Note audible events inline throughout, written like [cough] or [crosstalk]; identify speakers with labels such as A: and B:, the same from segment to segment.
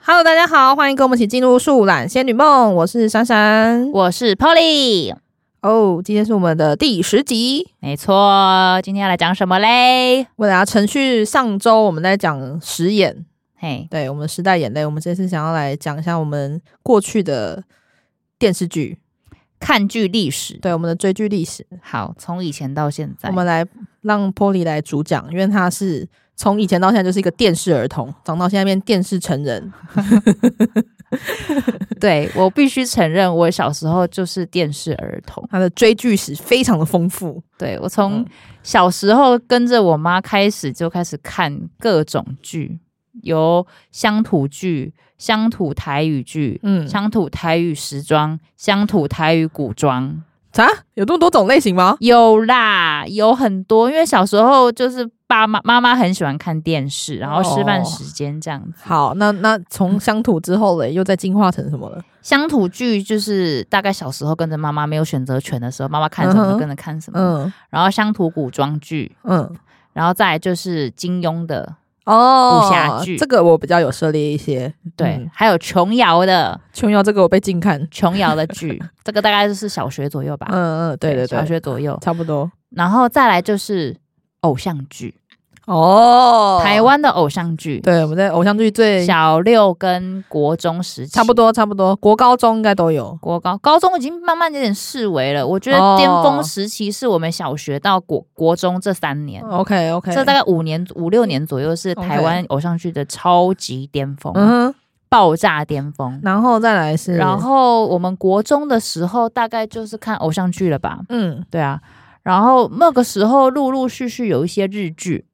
A: Hello，大家好，欢迎跟我们一起进入《树懒仙女梦》，我是珊珊。
B: 我是 Polly，
A: 哦，今天是我们的第十集。
B: 没错，今天要来讲什么嘞？
A: 为了要程序，上周我们在讲时眼，
B: 嘿，
A: 对我们的时代眼泪，我们这次想要来讲一下我们过去的电视剧，
B: 看剧历史，
A: 对我们的追剧历史。
B: 好，从以前到现在，
A: 我们来让 Polly 来主讲，因为他是从以前到现在就是一个电视儿童，长到现在变电视成人。
B: [laughs] 对我必须承认，我小时候就是电视儿童。
A: 他的追剧史非常的丰富，
B: 对我从
A: 嗯
B: 小时候跟着我妈开始就开始看各种剧，有乡土剧、乡土台语剧、
A: 嗯，
B: 乡土台语时装、乡土台语古装。
A: 啥有这么多种类型吗？
B: 有啦，有很多，因为小时候就是爸妈妈妈很喜欢看电视，然后吃饭时间这样子。
A: 好，那那从乡土之后嘞，又在进化成什么了？
B: 乡土剧就是大概小时候跟着妈妈没有选择权的时候，妈妈看什
A: 嗯
B: 么
A: 哼
B: 跟着看什么。
A: [laughs] 嗯
B: 然后乡土古装剧，
A: 嗯，
B: 然后再来就是金庸的，
A: 哦
B: 武侠剧
A: 这个我比较有涉猎一些。
B: 对，
A: 嗯
B: 还有琼瑶的
A: 琼瑶这个我被禁看。
B: 琼瑶的剧， [laughs] 这个大概就是小学左右吧。
A: 嗯嗯，对对
B: 小
A: 对，
B: 学左右。
A: 差不多。
B: 然后再来就是偶像剧，
A: 哦，
B: 台湾的偶像剧，
A: 对我们在偶像剧最
B: 小六跟国中时期
A: 差不多差不多，国高中应该都有。
B: 国高、高中已经慢慢有点视为了。我觉得
A: 哦
B: 巅峰时期是我们小学到国国中这三年，
A: OK 哦 OK，
B: 这大概五年、五六年左右是台湾偶像剧的超级巅峰，
A: 嗯哼，
B: 爆炸巅峰。
A: 然后再来是，
B: 然后我们国中的时候，大概就是看偶像剧了吧？
A: 嗯，
B: 对啊，然后那个时候陆陆续续有一些日剧，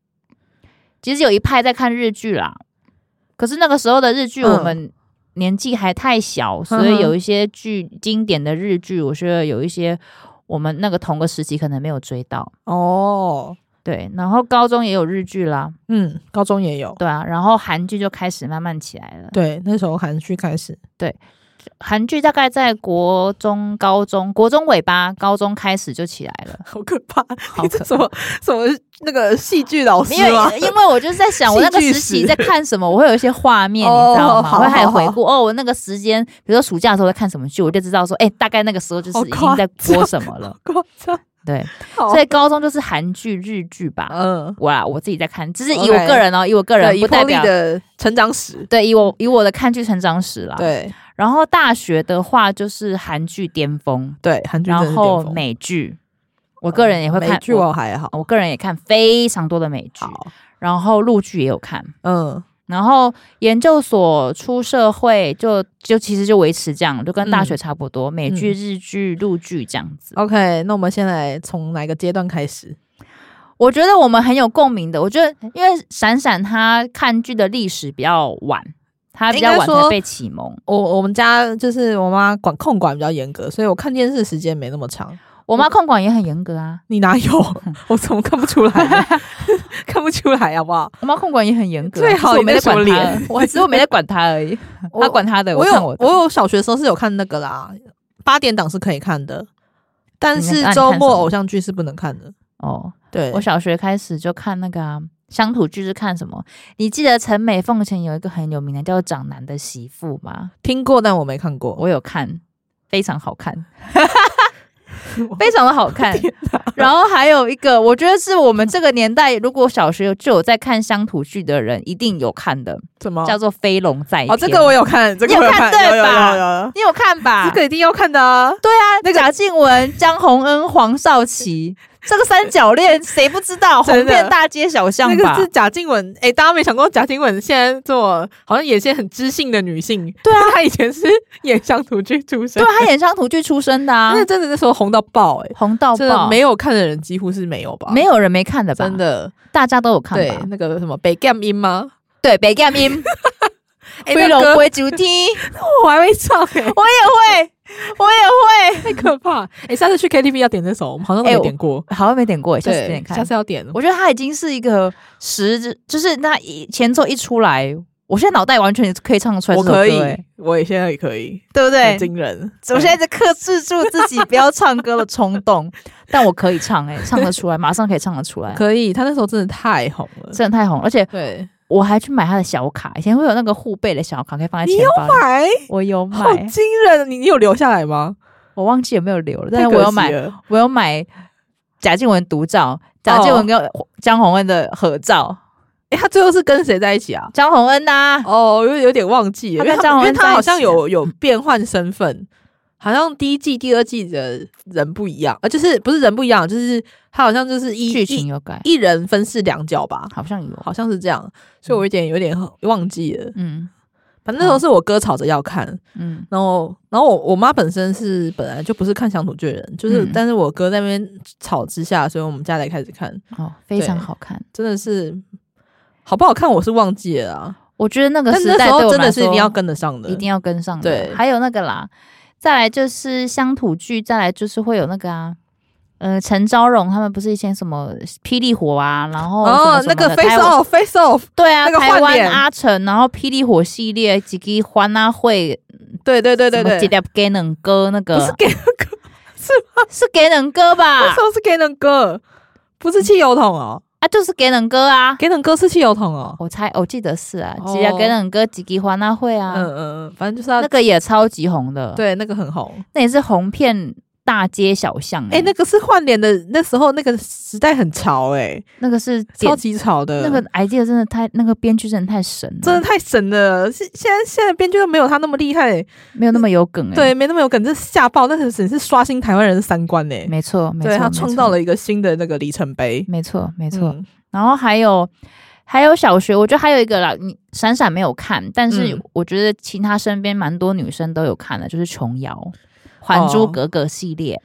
B: 其实有一派在看日剧啦。可是那个时候的日剧，
A: 嗯
B: 我们年纪还太小，
A: 哼
B: 所以有一些剧经典的日剧，我觉得有一些我们那个同个时期可能没有追到。
A: 哦，
B: 对，然后高中也有日剧啦，
A: 嗯，高中也有。
B: 对啊，然后韩剧就开始慢慢起来了。
A: 对，那时候韩剧开始，
B: 韩剧大概在国中、高中、国中尾巴、高中开始就起来了。
A: 好可怕！
B: 好
A: [laughs] 你这
B: 可
A: 什么什么那个戏剧老师啊
B: 因为
A: 哦吗？
B: 因为我就是在想，我那个
A: 戏剧
B: 时
A: 史
B: 期在看什么，我会有一些画面，
A: 哦
B: 你知道吗？
A: 好
B: 我会还
A: 好好
B: 回顾哦，我那个时间，比如说暑假的时候在看什么剧，我就知道说，哎、大概那个时候就是
A: 好
B: 已
A: 夸哦
B: 经在播什么了。
A: 夸张，
B: 对，
A: 好
B: 所以高中就是韩剧、日剧吧。
A: 嗯，
B: 我啦，我自己在看，只是以
A: OK
B: 我个人哦以我个人
A: 对
B: 不
A: 以
B: 代
A: 波利
B: 表
A: 的成长史，
B: 对，以我以我的看剧成长史啦。，
A: 对
B: 然后大学的话就是韩剧巅峰，
A: 对，韩剧真的
B: 然
A: 是
B: 后
A: 巅峰
B: 美剧，我个人也会看
A: 美剧，我还好，
B: 我个人也看非常多的美剧，
A: 好，
B: 然后陆剧也有看。
A: 嗯，
B: 然后研究所出社会就就其实就维持这样，就跟大学差不多，美剧、
A: 嗯哦
B: 日剧、陆剧这样子。
A: OK，那我们先来从哪个阶段开始？
B: 我觉得我们很有共鸣的。我觉
A: 嗯
B: 得因为闪闪她看剧的历史比较晚，她比较
A: 应该
B: 晚
A: 说
B: 才被启蒙。
A: 我我们家就是我妈管控管比较严格，所以我看电视时间没那么长。
B: 我妈控管也很严格啊，
A: 你哪有？
B: [laughs]
A: 我怎么看不出来呢？ [laughs] 看不出来好不好？
B: 我妈控管也很严格啊、
A: 最好
B: 只是我
A: 你那
B: 没在
A: 什么
B: 管她
A: 脸，
B: 我只是我没在管她而已。她管她
A: [laughs]
B: 的，
A: 我
B: 看
A: 有
B: 我的
A: 我有小学的时候是有看那个啦，八点档是可以看的，但
B: 你
A: 是
B: 能
A: 周
B: 那你看什
A: 末
B: 么
A: 偶像剧是不能看的。
B: 哦。
A: 对，
B: 我小学开始就看那个、啊、乡土剧，是看什么？你记得陈美凤以前有一个很有名的叫《长男的媳妇》吗？
A: 听过，但我没看过。
B: [laughs] 我有看，非常好看，非常的
A: [laughs]
B: 好看。然后还有一个，我觉得是我们这个年代，如果小学就有在看乡土剧的人，一定有看的，
A: 怎么？
B: 叫做《飞龙在天》。
A: 哦哦，这个我有看，这个
B: 你有
A: 我有
B: 看
A: 有
B: 对
A: 有
B: 吧
A: 有有有
B: 你有看吧？
A: 这个一定要看的啊！
B: 对啊，贾静雯、江宏恩、黄少祺，这个三角恋谁不知道？
A: [laughs] 真的
B: 红遍大街小巷
A: 那
B: 吧
A: 个？是贾静雯，哎、大家没想过贾静雯现在做好像演些很知性的女性，对啊， [laughs] 她以前是演乡土剧出身
B: 对，，啊他演乡土剧出身的啊
A: 那、，真的那时候红到爆、诶
B: 红到
A: 哎，真的
B: 爆，
A: 没有看的人几乎是没有吧？
B: 没有人没看的吧？
A: 真，的，
B: 大家都有看
A: 对
B: 吧？
A: 那个什么北 gam 音吗？
B: 对，北干音，
A: [laughs] 哎
B: 飞
A: 那
B: 龙
A: 歌
B: 归主题，
A: 我还没唱、诶哎，
B: 我也会，我也
A: [laughs]
B: 会。
A: 太可怕！哎、下次去 KTV 要点这首，我们好像
B: 哎
A: 没
B: 我
A: 点过，
B: 好像没点过，下次
A: 对，
B: 点点看
A: 下。次要点。
B: 我觉得他已经是一个十，就是那一前奏一出来，我现在脑袋完全可以唱出来
A: 我
B: 这首歌
A: 可以
B: 哎，
A: 我也现在也可以，
B: 对
A: 很
B: 不对？
A: 惊人。
B: 我现在在克制住自己不要唱歌的冲动，但我
A: [laughs]
B: 可以唱哎、唱得出来，马上可以唱得出来
A: 对，可以，她那时候真的太红了，
B: 真的太红，而且
A: 对，
B: 我还去买他的小卡，以前会有那个护背的小卡，可以放在
A: 你
B: 钱
A: 有
B: 包里。
A: 买，
B: 我有
A: 好
B: 买，
A: 惊人！你你有留下来吗？
B: 我忘记有没有留了，但
A: 太
B: 是
A: 可
B: 我有
A: 惜
B: 买，
A: 了
B: 我有买贾静雯独照，贾静雯跟江宏恩的合照，
A: 哎、他最后是跟谁在一起啊？
B: 江宏恩呐、
A: 哦，有有点忘记了，
B: 他
A: 因为
B: 跟张
A: 因为
B: 文在一
A: 他
B: 起
A: 好像
B: 啊
A: 有有变换身份，好像第一季、第二季的人不一样，呃，就是不是人不一样，就是他好像就是一
B: 剧情
A: 一
B: 有改，
A: 一人分饰两角吧，
B: 好像有，
A: 好像是这样，所以我有点有点忘记了。
B: 嗯
A: 反正那时候是我哥吵着要看，
B: 嗯，
A: 然后然后我我妈本身是本来就不是看乡土剧的人，就是、
B: 嗯
A: 但是我哥在那边吵之下，所以我们家才开始看，
B: 哦，非常
A: 对
B: 好看。
A: 真的是好不好看我是忘记了啊，
B: 我觉得那个
A: 但
B: 时
A: 那
B: 代
A: 时
B: 对
A: 候
B: 我
A: 真
B: 们
A: 的
B: 来
A: 是一定
B: 说
A: 要跟得上的，
B: 一定要跟上的。
A: 对
B: 还有那个啦，再来就是乡土剧，再来就是会有那个啊，呃，陈昭荣他们不是以前什么霹雳火啊，然后什么
A: 哦，
B: 什
A: 那
B: 么
A: 个
B: 的
A: face
B: 台湾
A: off，face off，
B: 对啊，
A: 那个
B: 台
A: 换
B: 湾
A: 脸
B: 阿成，然后霹雳火系列几个欢啊会，
A: 对对对对对，
B: 几给能哥那个
A: 不是给那个，
B: 是给能哥
A: 为
B: 吧
A: 什？么是给能哥？不是汽油桶哦，
B: 啊，就是给能哥啊。
A: 给能哥是汽油桶哦。
B: 我猜，我记得是啊，
A: 哦
B: 几个给能哥几个欢啊会 [laughs] 啊，
A: 嗯嗯嗯，反正就是
B: 那嗯
A: 要
B: 个也超级红的，，
A: 对那个很红。
B: 那也是红遍大街小巷、欸。
A: 哎，那个是换脸的，那时候那个时代很潮哎，
B: 那个是点
A: 超级潮的。
B: 那个 idea 真的太，那个编剧真的太神了，
A: 真的太神了，现现在现在编剧都没有他那么厉害，
B: 没有那么有梗哎、
A: 对，，没那么有梗，这吓爆，那是只是刷新台湾人的三观哎。
B: 没错，没错，
A: 对他
B: 没错
A: 创造，了一个新的那个里程碑，
B: 没错，没错。
A: 嗯，
B: 然后还有还有小学，我觉得还有一个啦，你闪闪没有看，但是
A: 嗯
B: 我觉得其他身边蛮多女生都有看的，就是琼瑶《还
A: 哦
B: 珠格格》系列，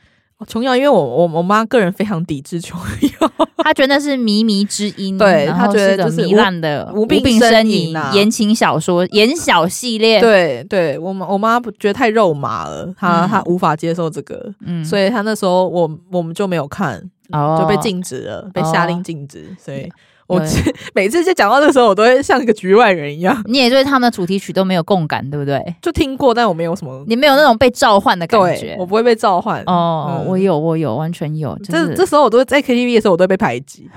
A: 琼瑶，因为我我我妈个人非常抵制琼
B: [laughs]
A: 瑶， [laughs]
B: 她觉得那是靡靡之音，
A: 对
B: 然
A: 她
B: 后
A: 觉得
B: 个
A: 就是
B: 糜
A: 无
B: 烂的
A: 无病呻
B: 呻
A: 吟啊
B: 言情小说、言小系列，，
A: 对对，我妈我妈不觉得太肉麻了，她、
B: 嗯
A: 她无法接受这个，
B: 嗯
A: 所以她那时候我我们就没有看，
B: 哦
A: 就被禁止了，被下令禁止。所以我
B: 对
A: [laughs] 每次就讲到那个时候，我都会像一个局外人一样，
B: 你也对他们的主题曲都没有共感，对不对？
A: 就听过，但我没有什么
B: 你没有那种被召唤的感
A: 对
B: 觉，，
A: 我不会被召唤。
B: 哦，
A: 嗯
B: 我有，我有，完全有，就
A: 这
B: 是
A: 这时候我都会在 KTV 的时候，我都会被排
B: [laughs]
A: 挤。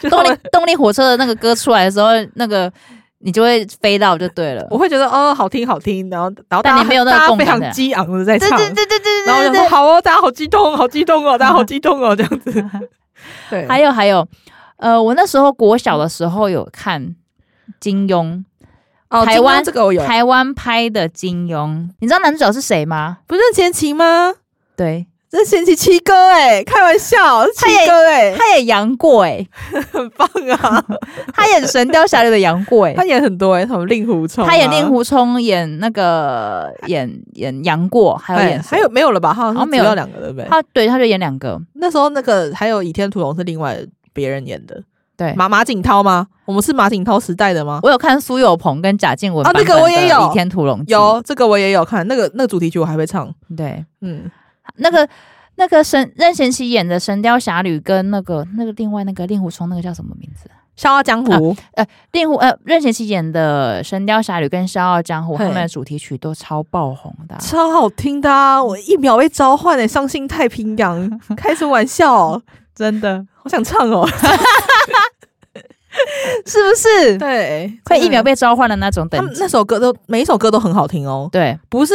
A: 就他
B: 动
A: 们
B: 力动力火车的那个歌出来的时候，那个你就会飞到就对了。 [laughs]
A: 我会觉得哦，好听好听，然后然后大
B: 但
A: 家
B: 你没有那个
A: 大家
B: 共
A: 非
B: 感
A: 常
B: 的
A: 激昂的在
B: 对
A: 唱，
B: 对对对对
A: 然后我
B: 对
A: 就
B: 对
A: 说好哦，大家好激动，好激动哦，大家
B: [laughs]
A: 好激动哦，这样子。对，
B: 还有还有，呃，我那时候国小的时候有看金庸，
A: 哦，
B: 台
A: 金庸
B: 湾
A: 这个我有，
B: 台湾拍的金庸，你知道男主角是谁吗？
A: 不是任贤齐吗？
B: 对，
A: 任贤齐七哥哎、开玩笑，是
B: 他也
A: 七哥哎、
B: 他也杨过哎、
A: [laughs] 很棒
B: [laughs]
A: 啊，
B: 他演《神雕侠侣》的杨过哎、
A: 他演很多哎、什么令狐冲啊、
B: 他演令狐冲，演那个演演杨过，还有
A: 哎，
B: 演谁
A: 还有没有了吧？他好
B: 好
A: 像
B: 像
A: 只
B: 没有
A: 有两个对不对？
B: 他对他就演两个，
A: 那时候那个还有《倚天屠龙》是另外别人演的，
B: 对，
A: 马马景涛吗？我们是马景涛时代的吗？
B: 我有看苏有朋跟贾静雯
A: 啊那个我也有
B: 版本的倚天屠龙记》，
A: 有这个我也有看，那个那个主题曲我还会唱，
B: 对
A: 嗯，
B: 那个那个神任贤齐演的《神雕侠侣》跟那个那个另外那个令狐冲那个叫什么名字？
A: 《笑傲江湖》
B: 令狐呃任贤齐演的《神雕侠侣》跟《笑傲江湖》
A: 嘿
B: 他们的主题曲都超爆红的啊、
A: 超好听的、啊，我一秒被召唤哎、伤心太平
B: [laughs]
A: 洋，开什么玩笑、
B: 真的
A: 好想唱
B: [laughs]
A: 哦，
B: 是不是？
A: 对，
B: 快
A: 真的
B: 一秒被召唤的那种
A: 他
B: 等
A: 们
B: 级。
A: 那首歌都每一首歌都很好听哦，
B: 对
A: 不是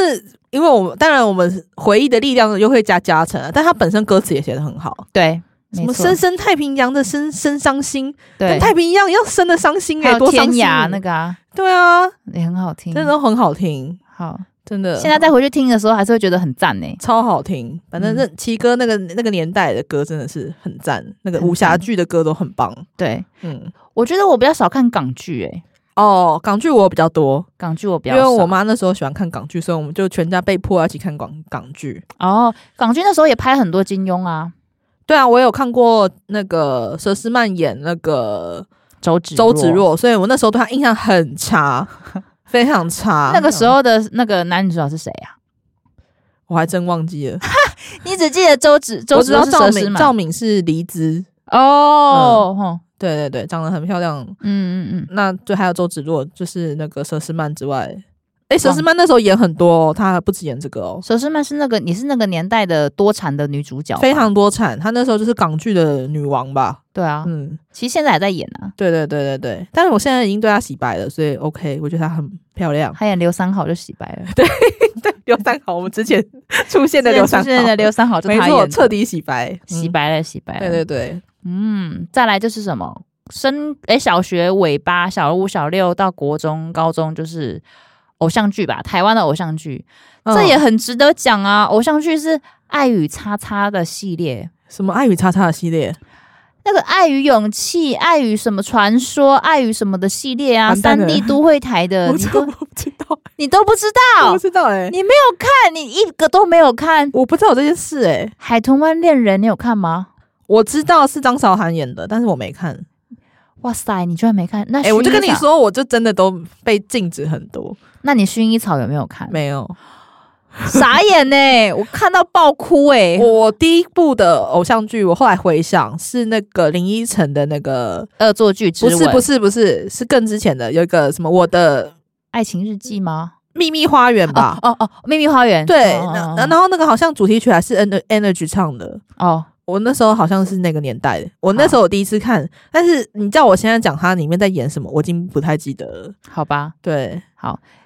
A: 因为我们当然我们回忆的力量又会加加成啊，但他本身歌词也写的很好，
B: 对，
A: 什
B: 没
A: 么
B: 错
A: 深深太平洋的深深伤心，
B: 对
A: 跟太平洋一样深的伤心
B: 还
A: 哎、
B: 有
A: 多
B: 天
A: 伤心
B: 涯那个啊
A: 对啊，
B: 也很好听
A: 真。的都很好听，
B: 好，
A: 真的。
B: 现在再回去听的时候还是会觉得很赞欸呢。
A: 超好听，反正
B: 嗯
A: 那七哥那个那个年代的歌真的是很赞，那个武侠剧的歌都很棒。
B: 对，
A: 嗯，
B: 我觉得我比较少看港剧诶、欸
A: 哦，港剧我比较多，
B: 港剧我比
A: 因
B: 较
A: 为
B: 少，
A: 我妈那时候喜欢看港剧，所以我们就全家被迫要一起看港港剧。
B: 哦，港剧那时候也拍很多金庸啊，
A: 对啊，我有看过那个佘诗曼演那个
B: 周芷
A: 周芷若，所以我那时候对她印象很
B: [laughs]
A: 差，非常差。
B: 那个时候的那个男女主角是谁啊？
A: 我还真忘记了，你
B: 你只记得周芷，周
A: 我只
B: 芷
A: 知道
B: 若
A: 赵
B: 是佘诗
A: 敏，
B: 曼
A: 赵敏是黎姿，
B: 哦，吼
A: 对对对，长得很漂亮，
B: 嗯嗯嗯，
A: 那就还有周芷若，就是那个佘诗曼之外，哎、哎，佘诗曼那时候演很多、哦，她不止演这个哦，
B: 佘诗曼是那个你是那个年代的多产的女主角吧，
A: 非常多产。她那时候就是港剧的女王吧？
B: 对啊，
A: 嗯，
B: 其实现在还在演啊，
A: 对对对对对。但是我现在已经对她洗白了，所以 OK，我觉得她很漂亮。 [laughs]
B: 她演刘三好就洗白了，
A: 对，刘三好，我们之
B: [laughs]
A: 前出现的
B: 之前
A: 刘
B: 出
A: 三
B: 现
A: 好
B: 的，刘三好就
A: 没
B: 她
A: 错，
B: 演
A: 彻
B: 的，
A: 底洗白，
B: 洗
A: 嗯。
B: 白了，洗白了，
A: 对对对，
B: 嗯，再来就是什么升诶，小学尾巴，小五、小六到国中、高中就是偶像剧吧，台湾的偶像剧，
A: 嗯
B: 这也很值得讲啊。偶像剧是爱与叉叉的系列，
A: 什么爱与叉叉的系列，
B: 那个爱与勇气、爱与什么传说、爱与什么的系列啊，
A: 完蛋
B: 三
A: 了
B: D 都会台的，
A: [laughs] 我
B: 呃你哦
A: 真的
B: 都
A: 不知道，
B: 你都不知
A: 我
B: 道
A: 不，知道哎、
B: 你没有看，你一个都没有看《
A: 我不知道有这件事哎、
B: 海豚湾恋人》，你有看吗？
A: 我知道是张韶涵演的，但是我没看。
B: 哇塞，你居然没看？那
A: 哎、我就跟你
B: 薰衣草，
A: 说，我就真的都被禁止很多，
B: 那你薰衣草有没有看？
A: 没有。
B: 傻眼呢、我看到爆哭哎、
A: 我第一部的偶像剧，我后来回想是那个林依晨的那个，
B: [laughs] 恶作剧之
A: 不
B: 吻，
A: 是不是不是，是更之前的，有一个什么我的
B: 爱情日记吗？
A: 秘密花园吧。
B: 哦哦，秘密花园。
A: 对，
B: 哦
A: 然然然后那个好像主题曲还是 Ener- Energy 唱的，
B: 哦，
A: 我那时候好像是那个年代的，我那时候我第一次看，但是你叫我现在讲它里面在演什么，我已经不太记得了。
B: 好吧，
A: 对，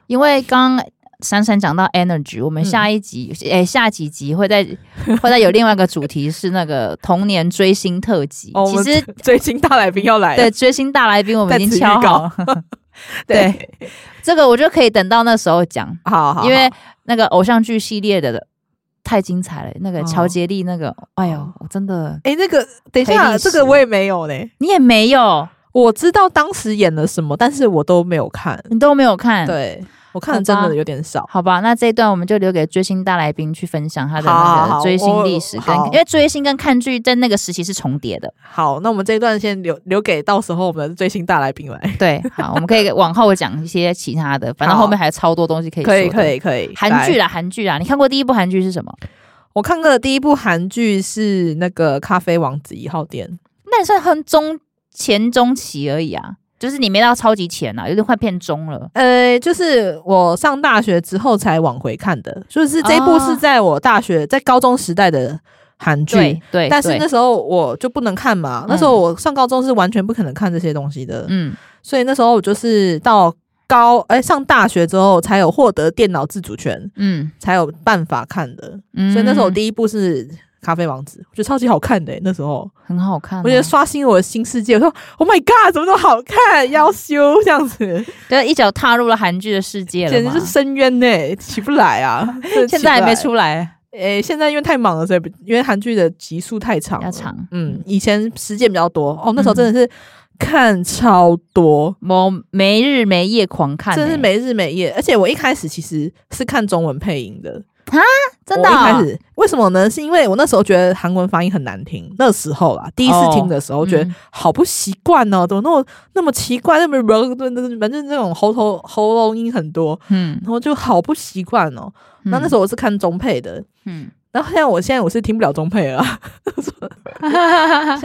B: 因为刚刚珊珊讲到 energy，我
A: 嗯
B: 们下一集诶、下几集会再 [laughs] 会再有另外一个主题是那个童年追星特辑。
A: 哦我
B: 其
A: 们
B: 实
A: 最新大来宾要来
B: 对
A: 了，
B: 追星大来宾我们已经
A: 在此
B: 敲
A: 预告
B: 好了， [laughs] 对，这个我就可以等到那时候讲，
A: 好好，
B: 因为那个偶像剧系列的。太精彩了！那个
A: 哦
B: 乔杰利，那个，哎呦，我真的，
A: 哎、诶那个等一
B: 黑
A: 下，
B: 历史
A: 这个我也没有呢、
B: 你也没有，
A: 我知道当时演了什么，但是我都没有看。
B: 你都没有看，，
A: 对我看的真
B: 好吧
A: 的有点少。
B: 好吧，那这一段我们就留给追星大来宾去分享他的
A: 好
B: 那
A: 好
B: 个
A: 好
B: 追星
A: 我
B: 历史跟，
A: 好
B: 因为追星跟看剧在那个时期是重叠的。
A: 好，那我们这一段先留留给到时候我们的最新大来宾来。
B: 对，好，我们可以往后讲一些其他的，反正
A: 好
B: 后面还有超多东西可以说
A: 可
B: 的
A: 以，可。以，可以。
B: 韩剧
A: 来，
B: 啦，韩剧啦，你看过第一部韩剧是什么？
A: 我看过的第一部韩剧是那个《咖啡王子一号店》。
B: 那也算很中前中期而已啊，就是你没到超级前啊，有点快变中了。
A: 呃，就是我上大学之后才往回看的，就是这一部
B: 哦
A: 是在我大学在高中时代的韩剧
B: 对。对，
A: 但是
B: 对
A: 那时候我就不能看嘛，那时候我上高中是完全不可能看这些东西的。
B: 嗯，
A: 所以那时候我就是到高哎、上大学之后才有获得电脑自主权，
B: 嗯
A: 才有办法看的。
B: 嗯，
A: 所以那时候我第一部是《咖啡王子》，我觉得超级好看的、欸那时候
B: 很好看啊、
A: 我觉得刷新我的新世界。我说 Oh my God，怎么那么好看？要修这样子，
B: 对一脚踏入了韩剧的世界了
A: 简直
B: 嘛，
A: 就是深渊呢、欸起不来啊！真的起
B: [laughs] 现
A: 不来
B: 在还没。出来，
A: 诶、现在因为太忙了，所以不因为韩剧的集数太长
B: 比
A: 了
B: 较。长。嗯
A: 嗯，以前时间比较多哦，那时候真的是看超多。
B: 我没日没夜狂看、欸，
A: 真是没日没夜。而且我一开始其实是看中文配音的，
B: 真的
A: 我一
B: 啊、
A: 开始为什么呢？是因为我那时候觉得韩文发音很难听，那时候啦，第一次听的时候
B: 哦
A: 觉得
B: 嗯
A: 好不习惯哦，怎么那么那么奇怪，那么反正那种喉头喉咙音很多，
B: 嗯，
A: 然后就好不习惯哦。那那时候
B: 候
A: 我是看中配的。
B: 嗯，
A: 然后现在，我现在我是听不了中配了
B: [laughs]
A: 啊，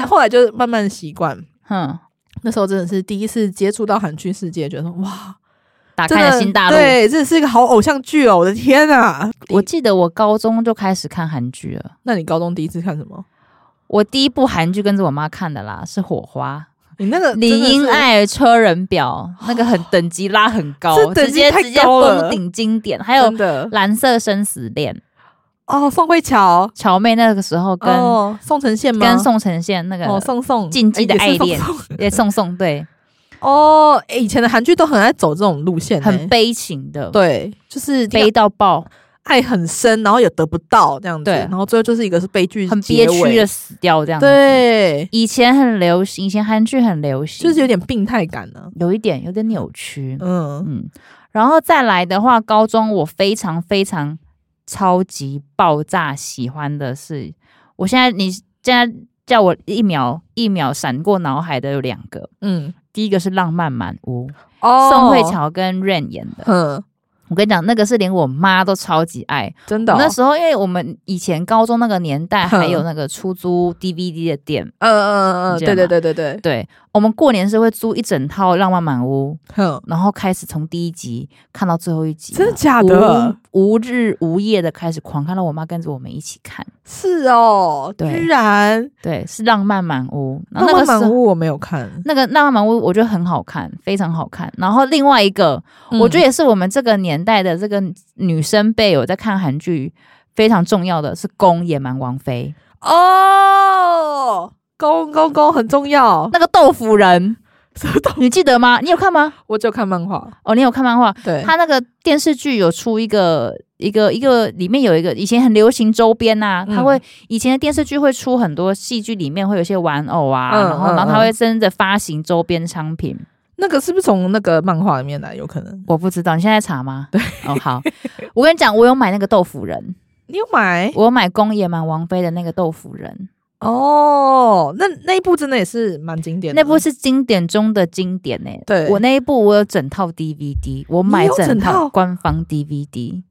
A: 后来就慢慢习惯。
B: 哼，
A: 那时候真的是第一次接触到韩剧世界，觉得说哇，
B: 打
A: 真
B: 开了
A: 的
B: 新大陆。
A: 对，这是一个好偶像剧哦！我的天啊，
B: 我记得我高中就开始看韩剧了，
A: 那你高中第一次看什么？
B: 我第一部韩剧跟着我妈看的啦，是《火花
A: 你那个》，
B: 李英
A: 真的是，
B: 爱《车人表》，那个很等级拉很高，
A: 这等
B: 直
A: 级
B: 接
A: 太
B: 直接
A: 高了
B: 封顶经典，还有
A: 真。的
B: 蓝色生死恋，
A: 哦，宋慧乔
B: 乔妹那个时候跟、
A: 哦，宋承宪吗？
B: 跟宋承宪那个
A: 哦宋宋
B: 禁忌的
A: 哎也是
B: 爱恋
A: 宋宋
B: [laughs] 也宋宋对，
A: 哦，哎以前的韩剧都很爱走这种路线欸，
B: 很悲情的，
A: 对，就是
B: 悲到爆，
A: 爱很深，然后也得不到这样子，
B: 对
A: 然后最后就是一个是悲剧，
B: 很憋屈的，死掉这样子。
A: 对，
B: 以前很流行，以前韩剧很流行，
A: 就是有点病态感呢。
B: 有一点有点扭曲，
A: 嗯，
B: 嗯，然后再来的话，高中我非常非常超级爆炸喜欢的是，我现在你现在叫我一秒一秒闪过脑海的有两个，
A: 嗯，
B: 第一个是《浪漫满屋》，
A: 哦
B: 宋慧，乔跟 Rain 演的，
A: 嗯，
B: 我跟你讲，那个是连我妈都超级爱。
A: 真的哦，
B: 那时候因为我们以前高中那个年代
A: [laughs] 哼
B: 还有那个出租 DVD 的店，
A: 嗯嗯嗯嗯，
B: 你记
A: 对
B: 得
A: 对
B: 吗
A: 对对对，
B: 对，我们过年是会租一整套《浪漫满屋》，
A: 哼，
B: 然后开始从第一集看到最后一集，
A: 真的假的？
B: 无无日无夜的开始狂看，到我妈跟着我们一起看。
A: 是哦，
B: 对
A: 居然
B: 对，是《浪漫满屋》，然
A: 浪
B: 后
A: 漫
B: 那个时
A: 满
B: 候。
A: 屋我没有看，
B: 那个《浪漫满屋》我觉得很好看，非常好看。然后另外一个，我觉
A: 得
B: 得也是我们这个年代的这个女生辈有在看韩剧非常重要的是《宫野蛮王妃》
A: 哦，公公公很重要，
B: 那个豆腐人，
A: 什么东
B: 你记得吗？你有看吗？
A: 我只有看漫画，
B: 哦，你有看漫画？
A: 对，
B: 他那个电视剧有出一个一个一个，里面有一个以前很流行周边呐、
A: 嗯
B: 他会以前的电视剧会出很多戏剧里面会有一些玩偶啊，
A: 嗯
B: 然后
A: 嗯
B: 然后他
A: 嗯
B: 会真的发行周边商品。
A: 那个是不是从那个漫画里面来？有可能
B: 我不知道你现在查吗？对，哦好，我跟你讲，我有买那个豆腐人，
A: 你有买
B: 我有买宫野蛮王妃的那个豆腐人，
A: 哦？那那一部真的也是蛮经典的，
B: 那部是经典中的经典呢、
A: 对
B: 我那一部我有整套 DVD，我买
A: 你有整
B: 套
A: 套
B: 官方 DVD。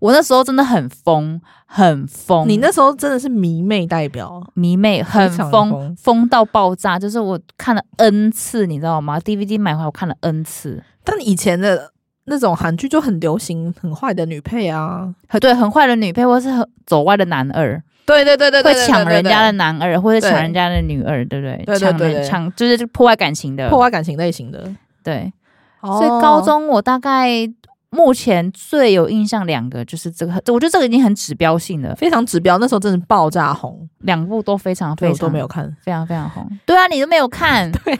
B: 我那时候真的很疯，很疯。
A: 你那时候真的是迷妹代表，
B: 迷妹很
A: 非常的
B: 疯
A: 疯，
B: 疯到爆炸，就是我看了 N 次，你知道吗？DVD 买回来我看了 N 次，
A: 但以前的那种韩剧就很流行很坏的女配啊，
B: 很对，很坏的女配或是很走歪的男二，
A: 对对对对
B: 会抢人家的男二或者
A: 对
B: 抢人家的女二，对不
A: 对
B: 对？
A: 对
B: 抢
A: 对
B: 人
A: 对
B: 抢就是破坏感情的，
A: 破坏感情类型的，
B: 对。
A: 哦
B: 所以高中我大概目前最有印象两个就是这个，我觉得这个已经很指标性了，
A: 非常指标，那时候真的爆炸红，
B: 两部都非常
A: 对
B: 非
A: 我
B: 常
A: 都没有看。
B: 非常非常红。对啊，你都没有看。
A: [laughs] 对。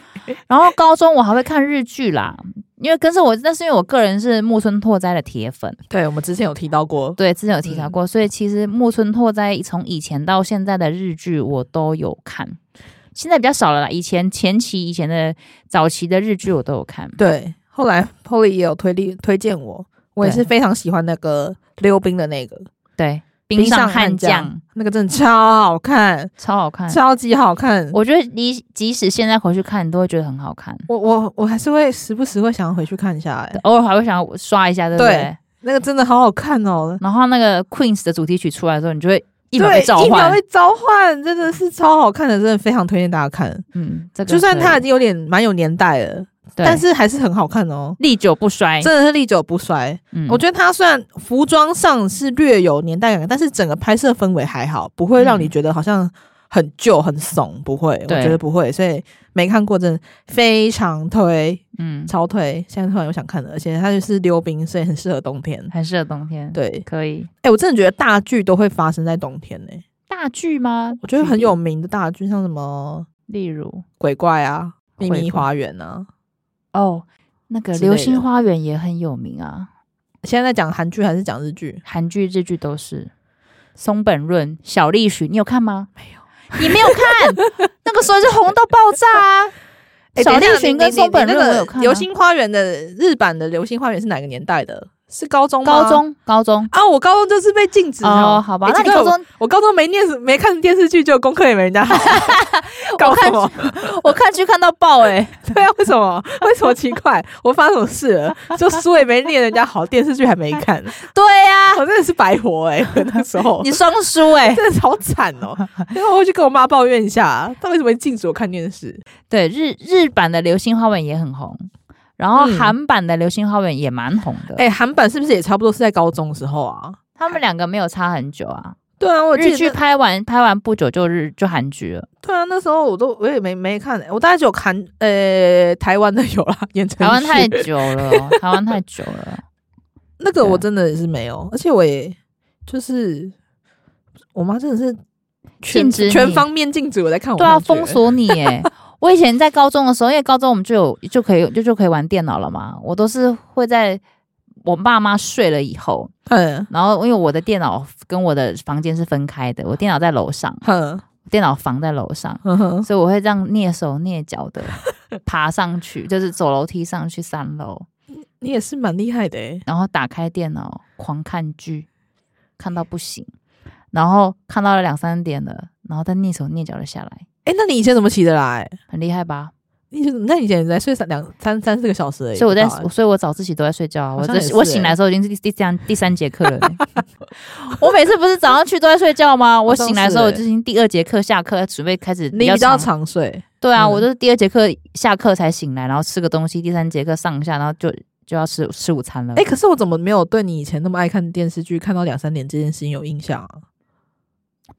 B: 然后高中我还会看日剧啦，因为跟着我，那是因为我个人是木村拓哉的铁粉。
A: 对我们之前有提到过，
B: 对，之前有提
A: 嗯
B: 到过，所以其实木村拓哉从以前到现在的日剧我都有看，现在比较少了啦。以前前期以前的早期的日剧我都有看。
A: 对，后来 Polly 也有推力推荐我，我也
B: 对
A: 是非常喜欢那个溜冰的那个
B: 对，
A: 冰
B: 冰上悍
A: 悍
B: 将，
A: 那个真的超好看，
B: 超好看。
A: 超级好看。
B: 我觉得你即使现在回去看，你都会觉得很好看，
A: 我我我还是会时不时会想要回去看一下、欸，
B: 偶尔还会想要刷一下，对不
A: 对
B: 对
A: 那个真的好好看哦。
B: 然后那个 Queen's 的主题曲出来的时候，你就会嗯一秒
A: 对，
B: 被召
A: 一秒
B: 唤
A: 被。召唤，真的是超好看的，真的非常推荐大家看。
B: 嗯，这个
A: 就算
B: 可以
A: 它已经有点蛮有年代了，
B: 对
A: 但是还是很好看哦，
B: 历久不衰。
A: 真的是历久不衰。
B: 嗯
A: 我觉得它虽然服装上是略有年代感，但是整个拍摄氛围还好，不会让你
B: 嗯
A: 觉得好像很旧很怂，不会，我
B: 对
A: 觉得不会。所以没看过真的非常推，
B: 嗯，
A: 超推。现在突然又想看了，而且它就是溜冰，所以很适合冬天。
B: 很适合冬天。，
A: 对，
B: 可以。
A: 哎、我真的觉得大剧都会发生在冬天呢、
B: 大剧吗？
A: 我觉得很有
B: 举
A: 名的大剧，像什么
B: 例，例如
A: 鬼怪啊、秘
B: 鬼
A: 密
B: 怪
A: 花园啊。
B: 哦，那个《
A: 之类
B: 流
A: 的
B: 星花园》也很有名啊，
A: 现在在讲韩剧还是讲日剧？
B: 韩剧、日剧都是。松本润、小栗旬，你有看吗？
A: 没有。
B: 你没有看， [laughs] 那个时候就红到爆炸啊！
A: [laughs] 哎，
B: 小
A: 等一
B: 栗
A: 下
B: 旬
A: 你
B: 跟
A: 你
B: 松
A: 你
B: 本
A: 那
B: 润我有
A: 个
B: 看啊
A: 流星花园》的日版的《流星花园》是哪个年代的？是高中吗
B: 高中，高中
A: 啊？我高中就是被禁止
B: 哦，好吧，
A: 哎
B: 那你
A: 奇怪
B: 高
A: 我
B: 中
A: 我高中没念没看电视剧，就功课也没人家好，搞什么？
B: 我看剧看到爆哎、
A: [laughs] 对啊，为什么？为什么奇怪？我发生什么事了？就书也没念人家好，电视剧还没看，
B: 对啊呀、
A: 我真的是白活哎、我那时候
B: 你双输哎。
A: 真的是好惨哦、因为我会去跟我妈抱怨一下，啊她为什么会禁止我看电视？
B: 对，日日版的《流星花园》也很红，然后
A: 嗯
B: 韩版的《流星花园》也蛮红的。
A: 哎、韩版是不是也差不多是在高中时候啊？
B: 他们两个没有差很久啊。
A: 对啊，我记
B: 日
A: 得
B: 剧拍完拍完不久就日就韩剧了，
A: 对啊，那时候我都我也没没看、我大概只有看呃台湾的有啦，言承
B: 台湾
A: 旭
B: 太 [laughs] 久了哦，台湾太久了。
A: 那个我真的也是没有，而且我也就是我妈真的是全
B: 禁止你
A: 全方面禁止我在看我
B: 对
A: 同
B: 啊，
A: 学
B: 封锁你
A: [laughs]
B: 哎、我以前在高中的时候，因为高中我们就有就可以就就可以玩电脑了嘛，我都是会在我爸妈睡了以后，
A: 嗯
B: 然后因为我的电脑跟我的房间是分开的，我电脑在楼上，
A: 哼
B: 电脑房在楼上，
A: 哼哼，
B: 所以我会这样蹑手蹑脚的爬上去，就是走楼梯上去三楼，
A: 你也是蛮厉害的欸诶、
B: 然后打开电脑狂看剧，看到不行，然后看到了两三点了，然后再蹑手蹑脚的下来，
A: 哎、那你以前怎么起得来？
B: 很厉害吧？
A: 你那你简直才睡三两三三四个小时而已。
B: 所以我在，
A: 不到啊
B: 所以我早自习都在睡觉啊。我
A: 好像
B: 这
A: 也是
B: 我
A: 欸
B: 醒来的时候已经是第第三第三
A: [laughs]
B: 节课了欸、我每次不是早上去都在睡觉吗？我
A: 像
B: 醒来的时候
A: 是
B: 我
A: 欸
B: 就已经第二节课下课，准备开始
A: 你比较
B: 长
A: 常睡，
B: 对啊，
A: 嗯
B: 我都是第二节课下课才醒来，然后吃个东西，第三节课上一下，然后就就要吃吃午餐了。
A: 哎、可是我怎么没有对你以前那么爱看电视剧，看到两三点这件事情有印象啊？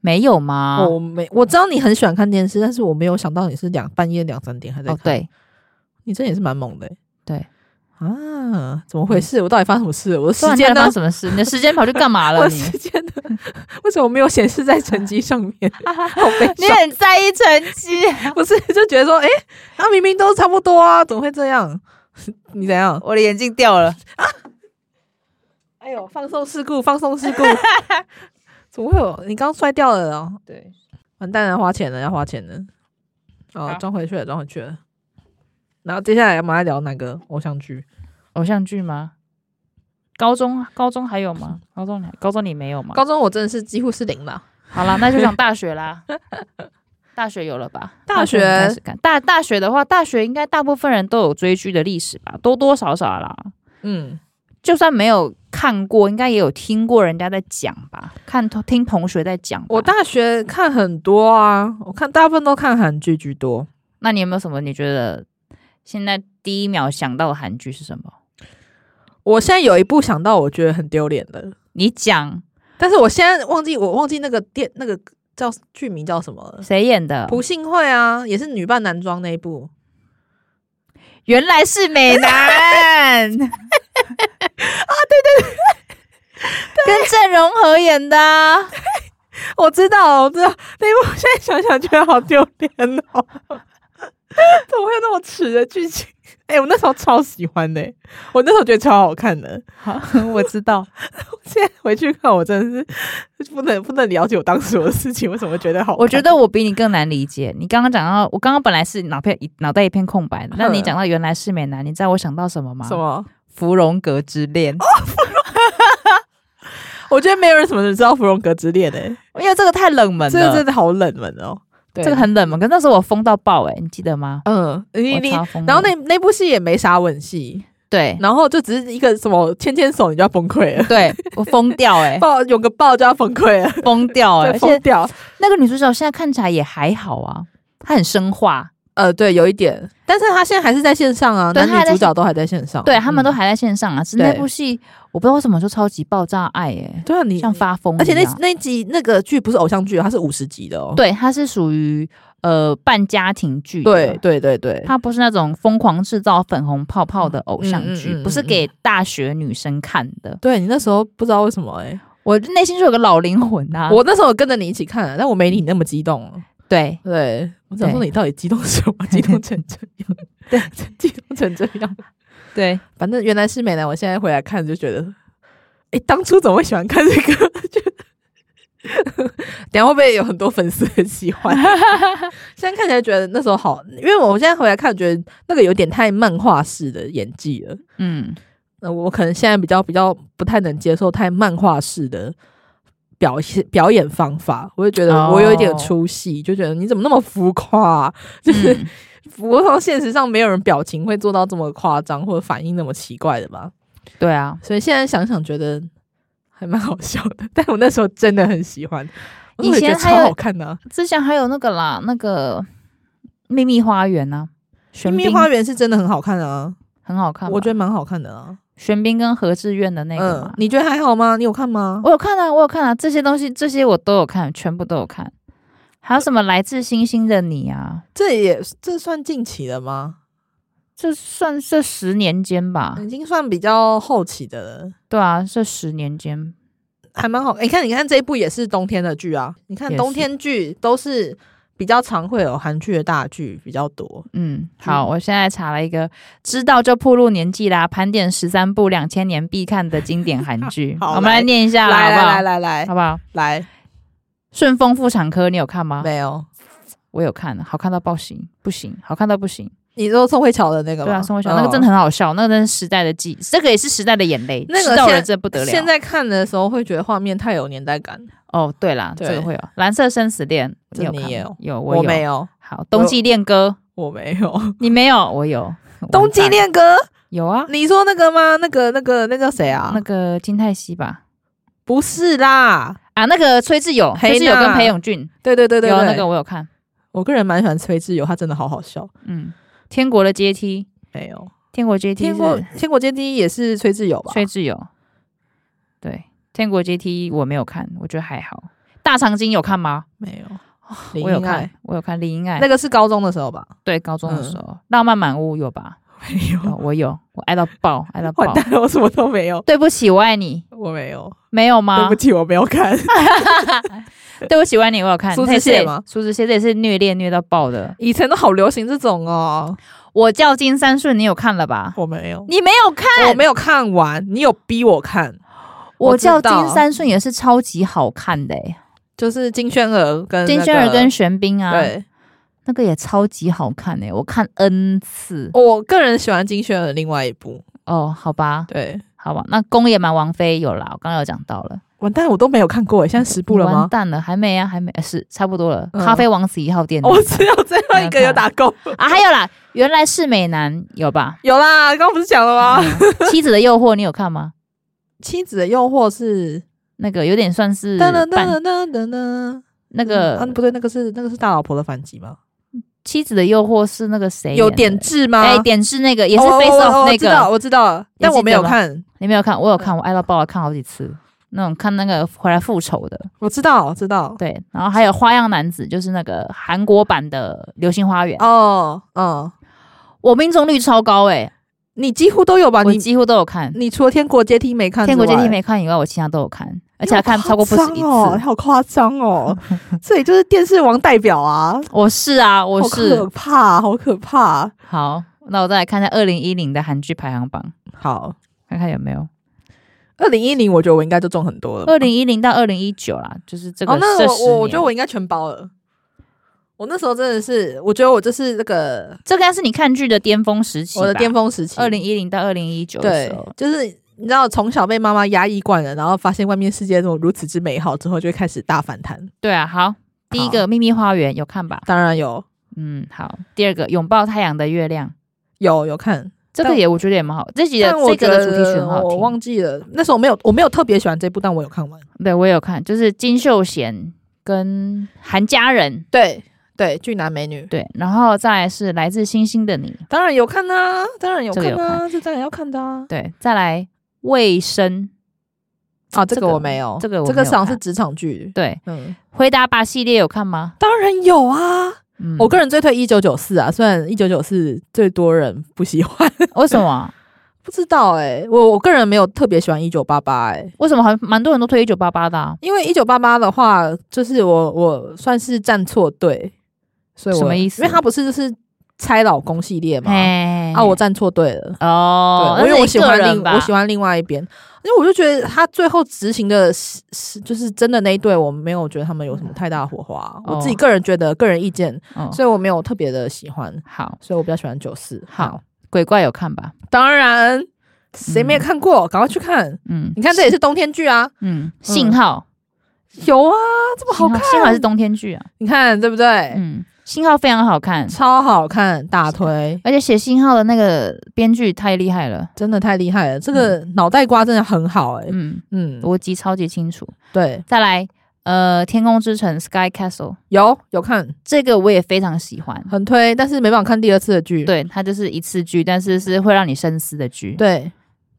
B: 没有吗？
A: 我没，我知道你很喜欢看电视，但是我没有想到你是两半夜两三点还在看。
B: 哦，，对
A: 你这也是蛮猛的、欸。
B: 对，
A: 啊，怎么回事？我到底发生什么事了？我的时
B: 嗯突然
A: 间
B: 间
A: 呢
B: 发生？什么事？你的时间跑去干嘛
A: 我
B: 了？
A: 的
B: 你
A: 时间呢？ [laughs] 为什么没有显示在成绩上
B: [laughs]
A: 面？好悲
B: 你
A: 伤。
B: 很在意成
A: [laughs]
B: 绩，
A: 不是，就觉得说，哎、那、明明都差不多啊，怎么会这样？ [laughs] 你怎样？
B: 我的眼镜掉了。
A: 哎呦，放送事故，放送事
B: [laughs]
A: 故，怎么会有？你刚摔掉了哦，
B: 对，
A: 完蛋了，花钱了，要花钱了。哦
B: 好，
A: 装回去了，装回去了。然后接下来我们来聊哪个偶像剧？
B: 偶像剧吗？高中高中还有
A: [laughs]
B: 吗？高中你高中你没有吗？
A: 高中我真的是几乎是零了。
B: 好啦，那就讲大学啦。 [laughs] 大学有了吧？
A: 大学
B: 开始看大大学的话，大学应该大部分人都有追剧的历史吧，多多少少啦。
A: 嗯，
B: 就算没有看过，应该也有听过人家在讲吧，看听同学在讲吧。
A: 我大学看很多啊，我看大部分都看韩剧居多。
B: 那你有没有什么你觉得现在第一秒想到的韩剧是什么？
A: 我现在有一部想到我觉得很丢脸的，
B: 你讲
A: 但是我现在忘记我忘记那个电那个叫剧名叫什么了。
B: 谁演的？
A: 朴信惠啊，也是女扮男装那一部，
B: 原来是美 [laughs] 男啊，对对对， [laughs] 跟郑容和演的啊、
A: 我知道，我知道那一部，现在想想觉得好丢脸哦， [laughs] 怎么会有那么耻的剧情？哎、我那时候超喜欢的、我那时候觉得超好看的。
B: 好， [laughs] 我知
A: [laughs]
B: 道。
A: 现在回去看，我真的是不能不能了解我当时我的事情，为什么会觉得好看？
B: 我觉得我比你更难理解。你刚刚讲到，我刚刚本来是脑片脑袋一片空 [laughs] 白的，那你
A: 嗯
B: 讲到原来是美男，你知道我想到什么哦吗？
A: 什？么？
B: 芙蓉阁之恋。
A: 我觉得没有人什么人知道《芙蓉阁之恋》诶，
B: 因为这个太冷门了，
A: 这个真的好冷门哦。对
B: 这个很冷门。可是那时候我疯到爆哎、你记得吗？
A: 嗯，你
B: 我
A: 你
B: 超疯的。
A: 然后那那部戏也没啥吻戏，
B: [laughs] 对
A: 然后就只是一个什么牵牵手你就要崩溃了，
B: 对，我疯掉 [laughs] 哎、
A: 抱有个抱就要崩溃
B: [laughs]
A: 了，
B: 疯掉哎、
A: 对
B: 而
A: 疯
B: 且
A: 掉。
B: 那个女主角现在看起来也还好啊，她很生化，
A: 呃，对，有一点，但是他现在还是在线上啊，
B: 对
A: 男
B: 他还
A: 女
B: 在
A: 主角都还在线上，
B: 对他们都
A: 嗯
B: 还在线上啊。是
A: 对
B: 那部戏，我不知道为什么就超级爆炸爱哎、
A: 对啊，你
B: 像发疯一样，
A: 而且那那集那个剧不是偶像剧，它是五十集的哦，
B: 对它是属于呃半家庭剧的，
A: 对对对对
B: 它不是那种疯狂制造粉红泡泡的偶像剧，
A: 嗯嗯嗯嗯
B: 不是给大学女生看的。
A: 对，你那时候不知道为什么哎、
B: 我内心就有个老灵魂啊，
A: 我那时候有跟着你一起看，但我没你那么激动哦。
B: 对
A: 对，我想说
B: 对
A: 你到底激动什
B: [laughs]
A: 么？激动成这样，对， [laughs] 激动成这样。
B: 对，
A: 反正原来是美男，我现在回来看就觉得，哎、当初怎么会喜欢看这个？ [laughs] 就等一下会不会有很多粉丝很喜欢？ [laughs] 现在看起来觉得那时候好，因为我现在回来看，觉得那个有点太漫画式的演技了。
B: 嗯。
A: [laughs] 那我可能现在比较比较不太能接受太漫画式的表现表演方法，我就觉得
B: 哦
A: 我有一点出戏，就觉得你怎么那么浮夸、 [laughs] 啊？就是、
B: 嗯
A: 浮夸，现实上没有人表情会做到这么夸张或者反应那么奇怪的吧？
B: 对啊，
A: 所以现在想想觉得还蛮好笑的，但我那时候真的很喜欢，我
B: 以前
A: 那时候也觉得
B: 还有
A: 超好看的、啊。
B: 之前还有那个啦，那个《秘密花园》呐，玄
A: 《秘
B: 彬
A: 密花园》是真的很好看啊，
B: 很好看吧，
A: 我觉得蛮好看的啊。
B: 玄彬跟何志远的那个嘛
A: 嗯，，你觉得还好吗？你有看吗？
B: 我有看啊，我有看啊，这些东西这些我都有看，全部都有看。还有什么来自星星的你啊？
A: 这也这算近期的吗？
B: 这算这十年间吧？
A: 已经算比较后期的了，
B: 对啊，这十年间，嗯
A: 还蛮好。你、看，你看这一部也是冬天的剧啊。你看
B: 也是
A: 冬天剧都是比较常会有韩剧的大剧比较多。，
B: 嗯，好，我现在查了一个，知道就暴露年纪啦，盘点十三部两千年必看的经典韩剧
A: [laughs] 好
B: 我们来
A: 来
B: 念一下啦，
A: 来
B: 好不好
A: 来来来来
B: 好不好？
A: 来，
B: 顺丰妇产科你有看吗？
A: 没有，
B: 我有看，好看到爆行，不行，好看到不行。
A: 你说宋慧乔的那个吗？嗯
B: 对啊，宋慧乔
A: 哦
B: 那个真的很好笑，那个真是时代的记，这个也是时代的眼泪，
A: 那个
B: 知道
A: 现
B: 人真的不得了。
A: 现在看的时候会觉得画面太有年代感。
B: 哦，对啦，
A: 对
B: 这个会有《蓝色生死恋》，
A: 这
B: 有
A: 你
B: 看
A: 也
B: 吗有，
A: 我
B: 我
A: 没
B: 有。
A: 有，
B: 好，《冬季恋歌》
A: 我没有。
B: 你没有，我有。
A: 冬季
B: 完蛋
A: 恋歌，
B: 有啊，
A: 你说那个吗？那个、那个、那叫谁啊？
B: 那个金泰熙吧？
A: 不是啦，
B: 啊，那个崔智友，
A: 黑娜
B: 崔智友跟裴勇俊，
A: 对对对对
B: 有啊
A: 对，
B: 那个我有看。
A: 我个人蛮喜欢崔智友，他真的好好笑。
B: 嗯，天国的阶梯，
A: 没有，
B: 天国阶梯是，
A: 天国天国阶梯也是崔智友吧？
B: 崔智友，对，天国阶梯我没有看，我觉得还好。大长今有看吗？
A: 没有，林
B: 我有
A: 英爱
B: 看，我有看林英爱，
A: 那个是高中的时候吧？
B: 对，高中的
A: 嗯
B: 时候，浪漫满屋有吧？
A: 没有
B: 有，我有，我爱到爆，爱到
A: 完
B: 爆。
A: 蛋了，我什么都没有，
B: 对不起，我爱你，
A: 我没有，
B: 没有吗？
A: [laughs] 对不起，我没有
B: [laughs]
A: 看。
B: 对我喜欢你，我有看。
A: 苏志
B: 这也是
A: 燮吗
B: 苏志燮这也是虐恋虐到
A: [laughs]
B: 爆的。
A: 以前都好流行这种哦，
B: 我叫金三顺，你有看了吧？
A: 我没有，
B: 你没有看。
A: 我没有看完，你有逼我看，
B: 我叫
A: 知道
B: 金三顺也是超级好看的、欸，
A: 就是金宣儿跟那
B: 金
A: 个
B: 宣儿跟玄彬啊，
A: 对，
B: 那个也超级好看欸诶、我看 n 次。
A: 我个人喜欢金宣儿的另外一部，
B: 哦，好吧，
A: 对，
B: 好吧，那宫野蛮王妃有啦，我刚刚有讲到了。
A: 完蛋，我都没有看过，欸现在十部了
B: 完
A: 吗？
B: 蛋了，还没啊，还没，呃是差不多了。
A: 嗯哦
B: 咖啡王子一号店，
A: 我只有最后一个有打勾，
B: 啊， [laughs] 还有啦，原来是美男有吧？嗯
A: 有啦，刚刚不是讲了吗？
B: 妻子的诱惑你有看吗？
A: [laughs] 妻子的诱惑是
B: 那个有点算
A: [laughs]
B: 是
A: 噔噔
B: 半
A: 噔噔噔噔，嗯啊
B: 那个
A: 不对，那个是那个是大老婆的反击吗？
B: 妻子的诱惑是那个谁演的
A: 有点痣吗？
B: 哎，点痣那个也是
A: 哦
B: Face
A: 哦哦
B: Off
A: 我
B: 那
A: 知道
B: 个，
A: 我知道，但我没有
B: 记得吗
A: 看，
B: 你没有看？我有看，我爱到爆，看好几次。那种看那个回来复仇的，
A: 我知道我知道。
B: 对，然后还有《花样男子》，就是那个韩国版的《流星花园》，
A: 哦，嗯，
B: 我命中率超高哎、
A: 你几乎都有吧？
B: 我
A: 啊你
B: 几乎都有看，《
A: 你除了天国阶梯没看，
B: 天国阶梯，没看以外，我其他都有看，而且还看超过不止
A: 你
B: 一
A: 好夸张哦，你
B: 次。
A: 好夸张
B: [laughs]
A: 哦！这里就是电视王代表啊，
B: 我是啊，我
A: 好可
B: 是
A: 怕，好可怕。
B: 好，那我再来看一下二零一零的韩剧排行榜，
A: 好，
B: 看看有没有
A: 二零一零，我觉得我应该就中很多了吧。
B: 二零一零到二零一九啦，就是这个
A: 哦，那
B: 这
A: 我
B: 十
A: 我我
B: 年
A: 觉得我应该全包了。我那时候真的是，我觉得我就是那个
B: 这应该是你看剧的巅峰时期吧，
A: 我的巅峰时期，
B: 二零一零到二零一九的时
A: 对
B: 候，，
A: 就是你知道从小被妈妈压抑惯了，然后发现外面世界这种如此之美好之后，就会开始大反弹。
B: 对啊，好。第一个《秘密花园》有看吧？
A: 当然有
B: 嗯，好。第二个《拥抱太阳的月亮》，
A: 有有看，
B: 这个
A: 但
B: 也我觉得也蛮好。这集的
A: 但我
B: 这
A: 觉
B: 个
A: 得
B: 的主题曲很好
A: 我
B: 听。
A: 忘记了，那时候我没有我没有特别喜欢这部，但我有看完。
B: 对，我也有看，就是金秀贤跟韩佳人，
A: 对对，俊男美女
B: 对，然后再来是来自星星的你，
A: 当然有看啊，当然有
B: 这
A: 看
B: 个有
A: 啊，这当然要看的啊。
B: 对，再来卫生，
A: 啊，这
B: 这
A: 个
B: 个
A: 我没有，
B: 这个我
A: 这
B: 没
A: 个
B: 有
A: 好像
B: 看
A: 是职场剧，
B: 对，
A: 嗯，
B: 回答吧系列有看吗？
A: 当然有啊。
B: 嗯，
A: 我个人最推一九九四啊，虽然一九九四最多人不喜
B: [laughs]
A: 欢，
B: 为什么
A: 不知道哎、我我个人没有特别喜欢一九八八哎，
B: 为什么好像蛮多人都推一九八八的、
A: [laughs]
B: 啊？
A: 因为一九八八的话，就是我我算是站错队，所以我
B: 什么意思
A: 因为他不是就是拆老公系列嘛，
B: 哎
A: 啊，我站错队了。
B: 哦，
A: 对，因为我喜欢另
B: 人吧，
A: 我喜欢另外一边，因为我就觉得他最后执行的是是就是真的那一对，我没有觉得他们有什么太大的火花。我自己
B: 哦
A: 个人觉得个人意见，
B: 哦
A: 所以我没有特别的喜欢，
B: 好，
A: 所以我比较喜欢九四。
B: 好鬼怪有看吧？
A: 当然，谁没有看过？赶快去看！
B: 嗯
A: 你看，这也是冬天剧啊，
B: 嗯，信号
A: 有啊，这么好
B: 信
A: 看，哎
B: 号信号还是冬天剧啊？
A: 你看对不对？
B: 嗯，信号非常好看，
A: 超好看，大推，
B: 而且写信号的那个编剧太厉害了，
A: 真的太厉害了！这个脑袋瓜真的很好哎，
B: 嗯，
A: 嗯，
B: 逻辑超级清楚。
A: 对，
B: 再来，呃，天空之城 Sky Castle
A: 有有看，
B: 这个我也非常喜欢，
A: 很推，但是没办法看第二次的剧。
B: 对，它就是一次剧，但是是会让你深思的剧。
A: 对，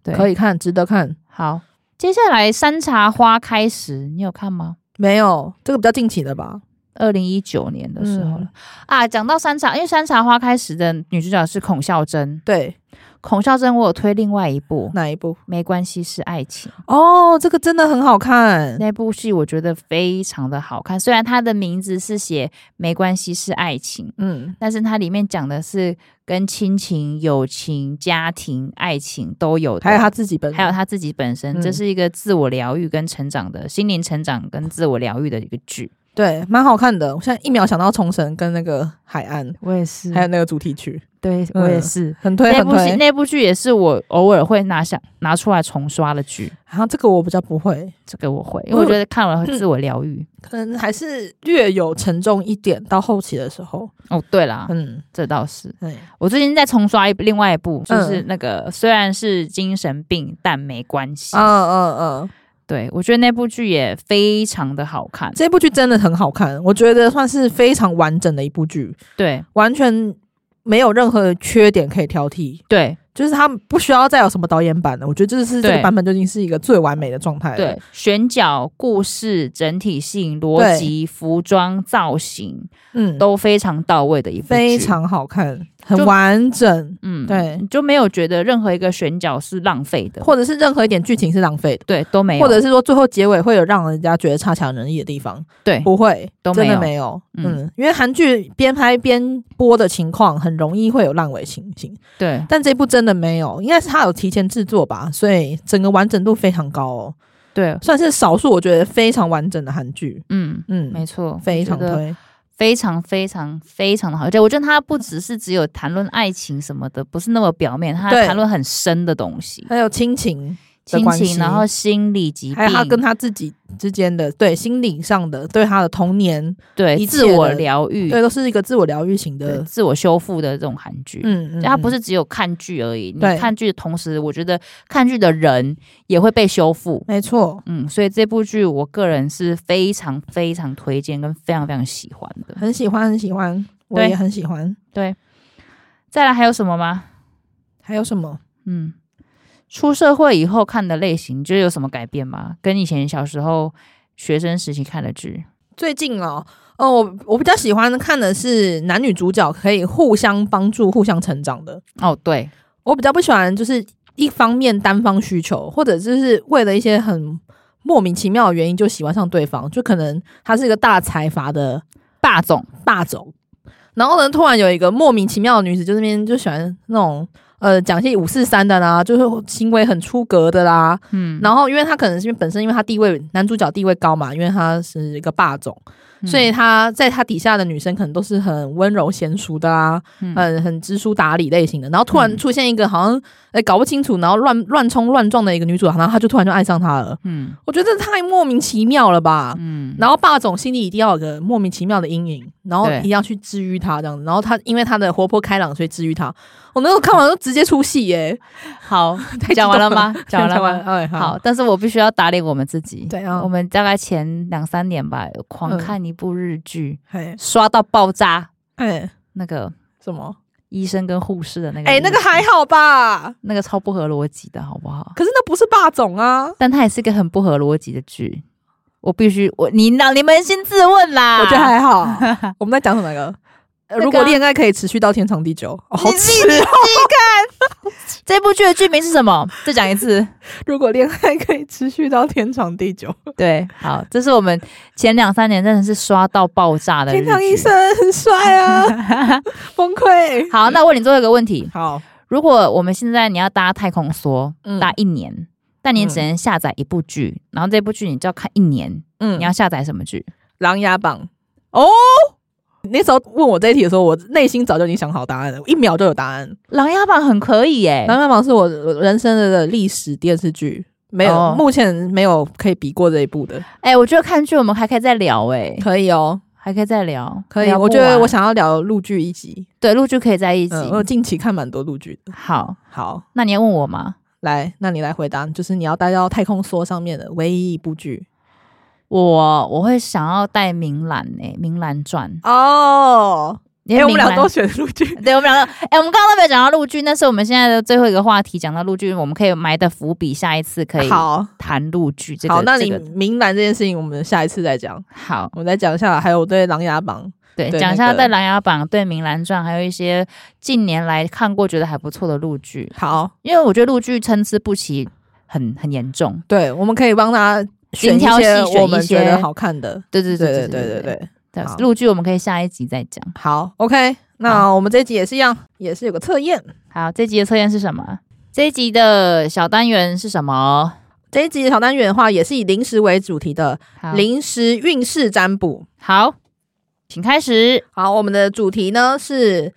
B: 对
A: 可
B: 以。
A: 以看，值得看。
B: 好，接下来山茶花开时，你有看吗？
A: 没有，这个比较近期的吧？
B: 二零一九年的时候了、
A: 嗯
B: 啊，讲到山茶，因为山茶花开时的女主角是孔孝真，
A: 对，
B: 孔孝真我有推另外一部，
A: 哪一部？
B: 没关系是爱情。
A: 哦，这个真的很好看。
B: 那部戏我觉得非常的好看，虽然它的名字是写“没关系是爱情”，
A: 嗯，
B: 但是它里面讲的是跟亲情、友情、家庭、爱情都有的，
A: 还有他自己本人，
B: 还有他自己本身，
A: 嗯
B: 这是一个自我疗愈跟成长的心灵成长跟自我疗愈的一个剧。
A: 对，蛮好看的。我现在一秒想到冲绳跟那个海岸，
B: 我也是
A: 还有那个主题曲，
B: 对
A: 嗯
B: 我也是。
A: 很推
B: 那
A: 很
B: 部戏
A: 推。
B: 那部剧也是我偶尔会拿想拿出来重刷的剧，
A: 然后这个我比较不会，
B: 这个我会，因为我
A: 嗯
B: 觉得看完会自我疗愈。
A: 可能还是略有沉重一点。到后期的时候，
B: 哦，对啦，
A: 嗯，
B: 这倒是。
A: 对，
B: 我最近在重刷一部另外一部，就是
A: 嗯
B: 那个虽然是精神病，但没关系。
A: 嗯嗯嗯，
B: 对我觉得那部剧也非常的好看。
A: 这部剧真的很好看，我觉得算是非常完整的一部剧，
B: 对
A: 完全没有任何的缺点可以挑剔。
B: 对
A: 就是他们不需要再有什么导演版的，我觉得这是这个
B: 对
A: 版本就已经是一个最完美的状态了。
B: 对，选角、故事、整体性、逻
A: 对
B: 辑、服装、造型
A: 嗯，
B: 都非常到位的一部剧
A: 非常好看，很
B: 就
A: 完整，
B: 嗯，
A: 对
B: 你就没有觉得任何一个选角是浪费的，
A: 或者是任何一点剧情是浪费的，
B: 对，都嗯没有，
A: 或者是说最后结尾会有让人家觉得差强人意的地方，
B: 对
A: 不会，
B: 都
A: 真
B: 没
A: 的
B: 有
A: 没有，
B: 嗯
A: 嗯，因为韩剧边拍边播的情况很容易会有烂尾情形，
B: 对
A: 但这部真的没有，应该是它有提前制作吧，所以整个完整度非常高哦，
B: 对，
A: 算是少数我觉得非常完整的韩剧，
B: 嗯，
A: 嗯，
B: 没错，
A: 非常
B: 我觉得
A: 推，
B: 非常非常非常的好，而且我觉得他不只是只有谈论爱情什么的，不是那么表面，他
A: 对
B: 谈论很深的东西，
A: 还有亲情，的
B: 亲
A: 关系
B: 情，然后心理疾
A: 还有他跟
B: 病，
A: 他自己之间的对心理上的对他的童年，
B: 对
A: 一
B: 自
A: 切
B: 我
A: 的
B: 疗愈，
A: 对，都是一个自我疗愈型
B: 对
A: 的，
B: 自我修复的这种韩剧，
A: 嗯，嗯
B: 它不
A: 嗯
B: 是只有看剧而已，你
A: 对
B: 看剧的同时，我觉得看剧的人也会被修复。
A: 没错，
B: 嗯，所以这部剧我个人是非常非常推荐跟非常非常喜欢的。
A: 很喜欢，很喜欢，我
B: 对
A: 也很喜欢。
B: 再来还有什么吗？
A: 还有什么？
B: 嗯，出社会以后看的类型，就是有什么改变吗？跟以前小时候学生时期看的剧，
A: 最近哦，哦，我我比较喜欢看的是男女主角可以互相帮助、互相成长的。
B: 哦，对，
A: 我比较不喜欢就是一方面单方需求，或者就是为了一些很莫名其妙的原因就喜欢上对方，就可能他是一个大财阀的
B: 霸总，
A: 霸总。然后呢，突然有一个莫名其妙的女子，就那边就喜欢那种呃讲一些五四三的啦，就是行为很出格的啦。
B: 嗯，
A: 然后因为他可能是因为本身因为他地位男主角地位高嘛，因为他是一个霸总，
B: 嗯
A: 所以他在他底下的女生可能都是很温柔娴熟的啊，
B: 嗯
A: 很很知书达理类型的。然后突然
B: 嗯
A: 出现一个好像呃搞不清楚，然后乱乱冲乱撞的一个女主，然后他就突然就爱上她了。
B: 嗯
A: 我觉得这太莫名其妙了吧。
B: 嗯，
A: 然后霸总心里一定要有个莫名其妙的阴影，然后
B: 对
A: 一定要去治愈他这样子。然后他因为他的活泼开朗，所以治愈他。我那时候看完都直接出戏
B: [laughs]
A: 耶、
B: 好，
A: 太激
B: 讲
A: 动
B: 完了吗？ [laughs] 讲完了
A: 完
B: 吗？
A: 了，哎，好，
B: 好，但是我必须要打脸我们自己。
A: 对啊
B: 我，们大概前两三年吧，有狂
A: 嗯
B: 看一部日剧，
A: 哎
B: 刷到爆炸，
A: 哎，
B: 那个
A: 什么？
B: 医生跟护士的那个，
A: 哎，那个还好吧？
B: 那个超不合逻辑的好不好？
A: 可是那不是霸总啊，
B: 但它也是一个很不合逻辑的剧，我必须我你让你扪心自问啦，
A: 我觉得还
B: [laughs]
A: 好。我们在讲什么来着？呃
B: 啊那个啊
A: 如果恋爱可以持续到天长地久，哦好
B: 你自己
A: 吃哦！
B: 这部剧的剧名是什么？再讲一次，
A: 如果恋爱可以持续到天长地久，
B: 对，好，这是我们前两三年真的是刷到爆炸的日
A: 天堂医
B: 剧。
A: 生很帅啊，
B: [laughs]
A: 崩溃。
B: 好，那我问你最后一个问题：
A: 好，
B: 如果我们现在你要搭太空梭，
A: 嗯
B: 搭一年，但你只能下载一部剧，然后这部剧你就要看一年，
A: 嗯
B: 你要下载什么剧？
A: 《琅琊榜》哦。那时候问我这一题的时候，我内心早就已经想好答案了，我一秒就有答案。
B: 《琅琊榜》很可以耶、
A: 《琅琊榜》是我我人生的历史电视剧，没有、
B: 哦
A: 目前没有可以比过这一部的。
B: 哎、我觉得看剧我们还可以再聊哎、
A: 可以哦，
B: 还可以再聊，
A: 可以。
B: 聊不
A: 我觉得
B: 完
A: 我想要聊陆剧一集，
B: 对陆剧可以在一起。
A: 嗯，我近期看蛮多陆剧的。
B: 好，
A: 好，
B: 那你要问我吗？
A: 来，那你来回答，就是你要带到太空梭上面的唯一一部剧
B: 我我会想要带明兰哎、明兰传，
A: 哦。
B: 因
A: 哎、
B: 为
A: 我们
B: 明兰
A: 俩都选陆剧，
B: 对，我们两个，哎、我们刚刚都没有讲到陆剧，那是我们现在的最后一个话题，讲到陆剧，我们可以埋的伏笔，下一次可以
A: 好
B: 谈陆剧这个。
A: 好，那
B: 这
A: 你
B: 个
A: 明兰这件事情，我们下一次再讲。
B: 好，
A: 我们再讲一下，还有我对《琅琊榜》
B: 对，
A: 对
B: 讲一
A: 那
B: 下
A: 个
B: 在《琅琊榜》对《明兰传》，还有一些近年来看过觉得还不错的陆剧，
A: 好，
B: 因为我觉得陆剧参差不齐很很严重。
A: 对，我们可以帮大家选一
B: 精挑细
A: 些
B: 选一
A: 我们觉得
B: 些
A: 好看的。
B: 对对
A: 对对
B: 对
A: 对对对，
B: 对
A: 好
B: 陆剧我们可以下一集再讲。
A: 好，OK，那
B: 好
A: 我们这一集也是一样，也是有个测验。
B: 好，这集的测验是什么？这一集的小单元是什么？
A: 这一集的小单元的话，也是以零食为主题的
B: 好
A: 零食运势占卜。
B: 好，请开始。
A: 好，我们的主题呢是。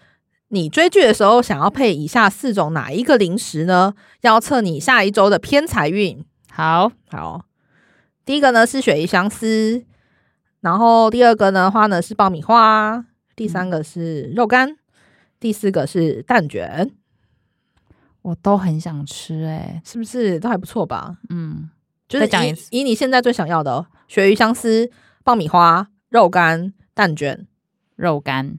A: 你追剧的时候想要配以下四种哪一个零食呢？要测你下一周的偏财运。
B: 好，
A: 好，第一个呢是雪梨相思，然后第二个呢话呢是爆米花，第三
B: 嗯
A: 个是肉干，第四个是蛋卷，
B: 我都很想吃哎、欸，
A: 是不是都还不错吧？
B: 嗯，
A: 就是
B: 再讲一
A: 以
B: 次
A: 以你现在最想要的哦鳕鱼香丝、爆米花、肉干、蛋卷。
B: 肉干。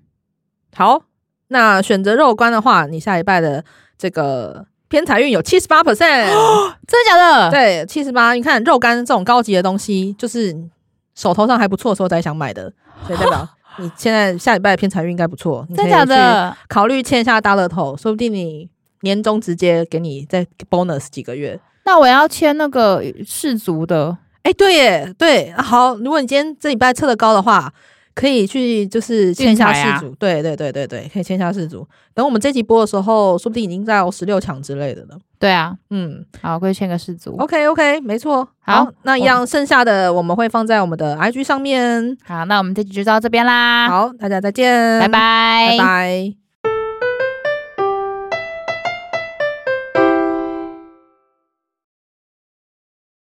A: 好，那选择肉干的话，你下礼拜的这个偏财运有七十八 percent，
B: [gasps] 真的假的？
A: 对，七十八。你看肉干这种高级的东西，就是手头上还不错的时候才想买的，所以代
B: [laughs]
A: 表你现在下礼拜的偏财运应该不错。你可
B: 真
A: 以
B: 假的？
A: 去考虑签一下大乐透，说不定你年终直接给你再 bonus 几个月。
B: 那我要签那个呃氏族的，
A: 哎、对耶，对，好，如果你今天这礼拜测的高的话，可以去就是签下
B: 运彩啊
A: 氏组，对对对对对，可以签下氏组。等我们这集播的时候，说不定已经在十六强之类的了。
B: 对啊，
A: 嗯
B: 好，我可以签个氏族。
A: ，OK OK，没错。
B: 好
A: 那一样剩下的我们会放在我们的 IG 上面。
B: 好，那我们这集就到这边啦，
A: 好，大家再见，
B: 拜
A: 拜
B: 拜，
A: 拜。